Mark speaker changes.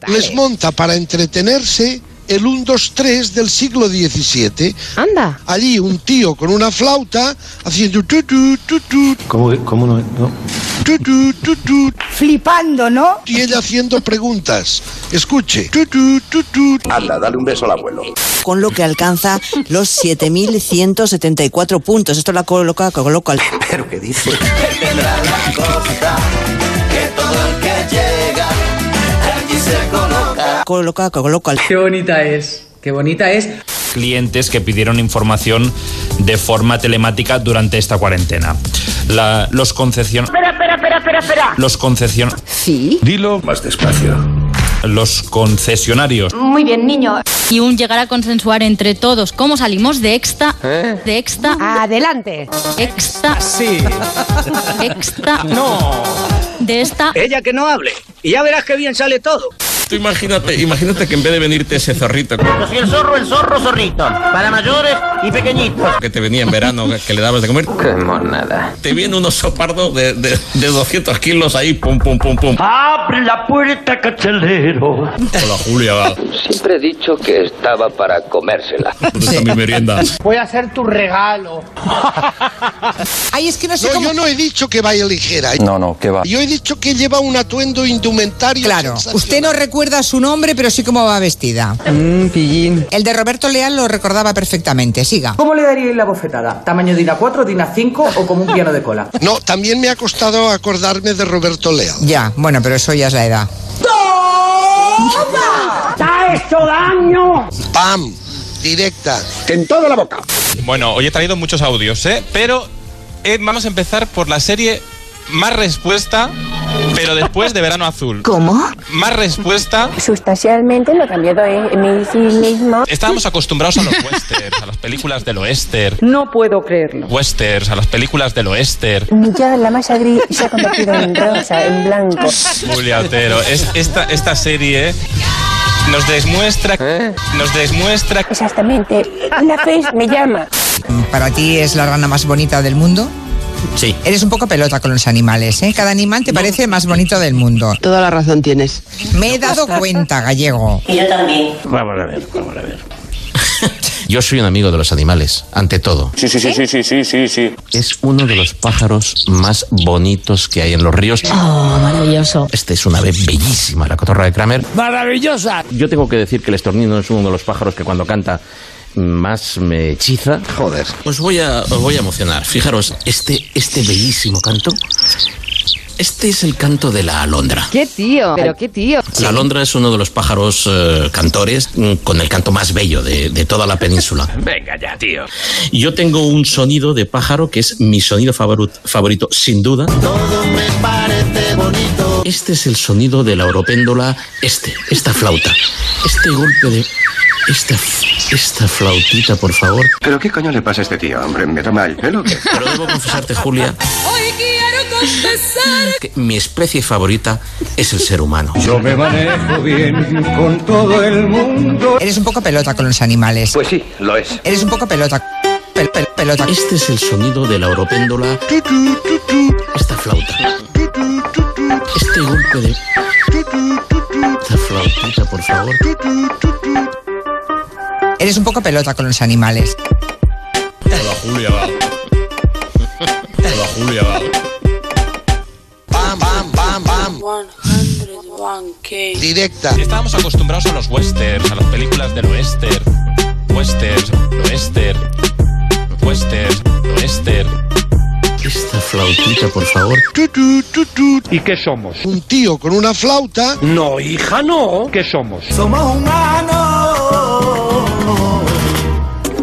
Speaker 1: Dale. les monta para entretenerse el 1, 2, 3 del siglo XVII.
Speaker 2: Anda.
Speaker 1: Allí un tío con una flauta haciendo tutu, tutu.
Speaker 3: ¿Cómo, cómo no? no?
Speaker 1: Tutu, tutu.
Speaker 2: Flipando, ¿no?
Speaker 1: Y ella haciendo preguntas. Escuche.
Speaker 4: Anda, dale un beso al abuelo.
Speaker 5: Con lo que alcanza los 7.174 puntos. Esto la coloca, coloca al...
Speaker 4: ¿Pero qué dice? Tendrá la costa que todo el que llega allí se coloca.
Speaker 5: Coloca, coloca al...
Speaker 6: Qué bonita es. Qué bonita es.
Speaker 7: Clientes que pidieron información de forma telemática durante esta cuarentena. La, los concesión.
Speaker 8: Espera, espera, espera, espera, espera.
Speaker 7: Los concesión.
Speaker 2: Sí.
Speaker 7: Dilo
Speaker 4: más despacio.
Speaker 7: Los concesionarios.
Speaker 8: Muy bien, niño.
Speaker 9: Y un llegar a consensuar entre todos cómo salimos de exta.
Speaker 6: ¿Eh?
Speaker 9: De exta.
Speaker 2: Adelante.
Speaker 9: Exta.
Speaker 6: Sí.
Speaker 9: Exta.
Speaker 6: No.
Speaker 9: De esta.
Speaker 10: Ella que no hable. Y ya verás que bien sale todo.
Speaker 11: Tú imagínate, imagínate que en vez de venirte ese zorrito.
Speaker 12: Yo soy el zorro, el zorro, zorrito. Para mayores y pequeñitos.
Speaker 11: Que te venía en verano, que le dabas de comer.
Speaker 12: Qué monada.
Speaker 11: Te viene un oso pardo de, de, de 200 kilos ahí, pum, pum, pum, pum.
Speaker 12: Abre la puerta, cachelero.
Speaker 11: Hola, Julia. Va.
Speaker 13: Siempre he dicho que estaba para comérsela.
Speaker 11: ¿Dónde está mi merienda?
Speaker 14: Voy a hacer tu regalo.
Speaker 5: Ay, es que no sé
Speaker 1: no,
Speaker 5: cómo...
Speaker 1: yo no he dicho que vaya ligera.
Speaker 4: No, no, que va.
Speaker 1: Yo he dicho que lleva un atuendo indumentario.
Speaker 5: Claro, usted no recuerda su nombre, pero sí cómo va vestida.
Speaker 6: Mmm, pillín.
Speaker 5: El de Roberto Leal lo recordaba perfectamente. Siga.
Speaker 15: ¿Cómo le daríais la bofetada? ¿Tamaño DINA 4, DINA 5 o como un piano de cola?
Speaker 1: No, también me ha costado acordarme de Roberto Leal.
Speaker 5: Ya, bueno, pero eso ya es la edad.
Speaker 15: ¡Toma! ¡Te ha hecho daño!
Speaker 1: ¡Pam! Directa.
Speaker 4: En toda la boca.
Speaker 3: Bueno, hoy he traído muchos audios, ¿eh? Pero eh, vamos a empezar por la serie más respuesta, pero después de Verano Azul.
Speaker 2: ¿Cómo?
Speaker 3: Más respuesta.
Speaker 16: Sustancialmente lo cambié de mí sí mismo.
Speaker 3: Estábamos acostumbrados a los westerns, a las películas del oester.
Speaker 15: No puedo creerlo.
Speaker 3: Westerns, a las películas del oester.
Speaker 16: Ya la masa gris se ha convertido en rosa, en blanco.
Speaker 3: Julia Otero, es, esta, esta serie nos desmuestra, ¿Eh? nos desmuestra.
Speaker 16: Exactamente. Una vez me llama.
Speaker 5: ¿Para ti Mm, es la rana más bonita del mundo?
Speaker 3: Sí.
Speaker 5: Eres un poco pelota con los animales, ¿eh? Cada animal te parece el más bonito del mundo.
Speaker 17: Toda la razón tienes.
Speaker 5: Me he dado cuenta, gallego.
Speaker 18: Y yo también.
Speaker 4: Vamos a ver, vamos a ver.
Speaker 19: Yo soy un amigo de los animales, ante todo.
Speaker 4: Sí, sí, sí, sí, sí, sí, sí, sí.
Speaker 19: Es uno de los pájaros más bonitos que hay en los ríos.
Speaker 9: Oh, maravilloso.
Speaker 19: Este es una ave bellísima, la cotorra de Kramer.
Speaker 4: ¡Maravillosa!
Speaker 19: Yo tengo que decir que el estornino es uno de los pájaros que cuando canta más me hechiza.
Speaker 4: Joder.
Speaker 19: Os voy a, os voy a emocionar. Fijaros, este, este bellísimo canto. Este es el canto de la alondra.
Speaker 2: ¡Qué tío! ¡Pero qué tío!
Speaker 19: La alondra es uno de los pájaros eh, cantores con el canto más bello de, de toda la península.
Speaker 4: Venga ya, tío.
Speaker 19: Yo tengo un sonido de pájaro que es mi sonido favorito, favorito sin duda.
Speaker 12: Todo me parece bonito.
Speaker 19: Este es el sonido de la oropéndola, este, esta flauta, este golpe de... Esta, esta flautita, por favor.
Speaker 4: ¿Pero qué coño le pasa a este tío, hombre? ¿Me toma el pelo?
Speaker 19: Pero debo confesarte, Julia.
Speaker 8: Hoy quiero confesar.
Speaker 19: Que mi especie favorita es el ser humano.
Speaker 20: Yo me manejo bien con todo el mundo.
Speaker 5: Eres un poco pelota con los animales.
Speaker 4: Pues sí, lo es.
Speaker 5: Eres un poco pelota. Pel, pel, pelota.
Speaker 19: Este es el sonido de la oropéndola. Esta flauta. Este golpe de. Esta flautita, por favor.
Speaker 5: Eres un poco pelota con los animales.
Speaker 11: Hola Julia, va. Hola Julia, va.
Speaker 1: Bam, bam, bam, bam. 101K. Directa.
Speaker 3: Estábamos acostumbrados a los westerns, a las películas del western. Westerns, western. Westerns, western.
Speaker 19: Esta flautita, por favor.
Speaker 20: ¿Y qué somos?
Speaker 1: Un tío con una flauta.
Speaker 4: No, hija, no.
Speaker 20: ¿Qué somos?
Speaker 12: Somos humanos.